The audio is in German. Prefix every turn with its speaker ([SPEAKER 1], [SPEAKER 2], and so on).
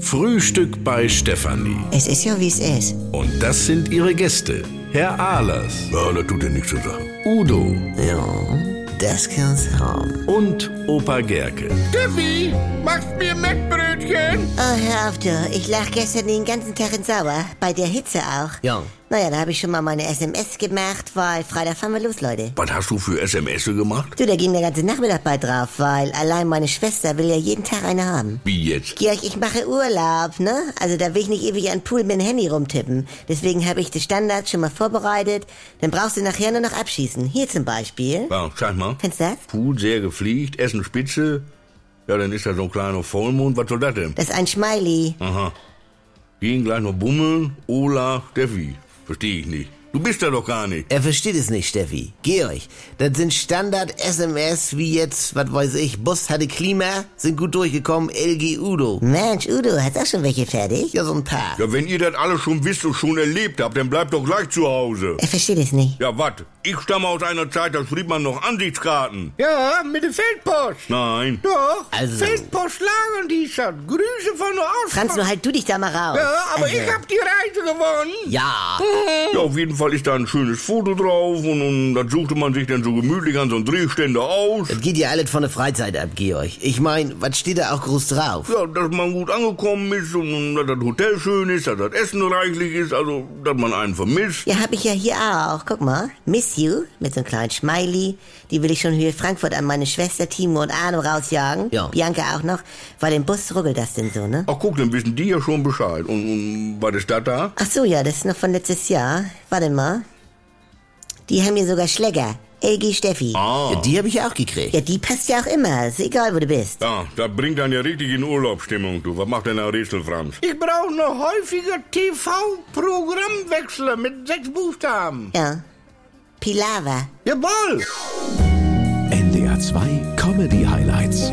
[SPEAKER 1] Frühstück bei Stefanie.
[SPEAKER 2] Es ist ja, wie es ist.
[SPEAKER 1] Und das sind ihre Gäste. Herr Ahlers. Ja, das tut dir nichts zu sagen. Udo
[SPEAKER 2] Ja, das kann's haben.
[SPEAKER 1] und Opa Gerke.
[SPEAKER 3] Tiffy, machst mir Mettbrötchen?
[SPEAKER 2] Oh, hör auf, du. Ich lag gestern den ganzen Tag in Sauer. Bei der Hitze auch.
[SPEAKER 4] Ja.
[SPEAKER 2] Naja, da habe ich schon mal meine SMS gemacht, weil Freitag fahren wir los, Leute.
[SPEAKER 1] Was hast du für SMS gemacht?
[SPEAKER 2] Du, da ging der ganze Nachmittag bei drauf, weil allein meine Schwester will ja jeden Tag eine haben.
[SPEAKER 1] Wie jetzt?
[SPEAKER 2] Georg, ich mache Urlaub, ne? Also da will ich nicht ewig an den Pool mit dem Handy rumtippen. Deswegen habe ich die Standards schon mal vorbereitet. Dann brauchst du nachher nur noch abschießen. Hier zum Beispiel.
[SPEAKER 1] Ja, sag mal.
[SPEAKER 2] Kennst du das?
[SPEAKER 1] Puh, sehr gepflegt, Essen spitze. Ja, dann ist da so ein kleiner Vollmond. Was soll das denn?
[SPEAKER 2] Das ist ein Schmeili.
[SPEAKER 1] Aha. Gehen gleich noch bummeln. Ola, Steffi. Verstehe ich nicht. Du bist da doch gar nicht.
[SPEAKER 4] Er versteht es nicht, Steffi. Georg, das sind Standard-SMS wie jetzt, was weiß ich, Bus hatte Klima, sind gut durchgekommen, LG Udo.
[SPEAKER 2] Mensch, Udo, hast auch schon welche fertig?
[SPEAKER 4] Ja, so ein paar.
[SPEAKER 1] Ja, wenn ihr das alles schon wisst und schon erlebt habt, dann bleibt doch gleich zu Hause.
[SPEAKER 2] Er versteht es nicht.
[SPEAKER 1] Ja, wat? Ich stamme aus einer Zeit, da schrieb man noch Ansichtskarten.
[SPEAKER 3] Ja, mit der Feldpost.
[SPEAKER 1] Nein.
[SPEAKER 3] Doch,
[SPEAKER 4] Also.
[SPEAKER 3] Feldpost lagen die schon. Grüße von der
[SPEAKER 2] Franz,
[SPEAKER 3] Ostpost.
[SPEAKER 2] nur halt du dich da mal raus.
[SPEAKER 3] Ja, aber
[SPEAKER 2] Also,
[SPEAKER 3] ich hab die Reise gewonnen.
[SPEAKER 4] Ja,
[SPEAKER 1] Ja, auf jeden Fall ist da ein schönes Foto drauf und, und dann suchte man sich dann so gemütlich an so einem Drehständer aus.
[SPEAKER 4] das geht ja alles von der Freizeit ab, Georg. Ich mein, was steht da auch groß drauf?
[SPEAKER 1] Ja, dass man gut angekommen ist und, und dass das Hotel schön ist, dass das Essen reichlich ist, also dass man einen vermisst.
[SPEAKER 2] Ja, hab ich ja hier auch. Guck mal. Miss You mit so einem kleinen Schmeili. Die will ich schon hier Frankfurt an meine Schwester Timo und Arno rausjagen.
[SPEAKER 4] Ja.
[SPEAKER 2] Bianca auch noch. Weil im Bus ruckelt das denn so, ne?
[SPEAKER 1] Ach guck, dann wissen die ja schon Bescheid. Und, und was ist das da?
[SPEAKER 2] Ach so, ja, das ist noch von letztes Jahr. Warte mal. Die haben hier sogar Schläger. LG Steffi.
[SPEAKER 1] Ah,
[SPEAKER 4] Ja, die habe ich auch gekriegt.
[SPEAKER 2] Ja, die passt ja auch immer. Ist egal, wo du bist.
[SPEAKER 1] ja, das bringt dann ja richtig in Urlaubsstimmung, du. Was macht denn der Rätsel, Franz?
[SPEAKER 3] Ich brauche noch häufiger TV-Programmwechsel mit sechs Buchstaben.
[SPEAKER 2] Ja. Pilava.
[SPEAKER 3] Jawohl.
[SPEAKER 5] NDR 2 Comedy Highlights.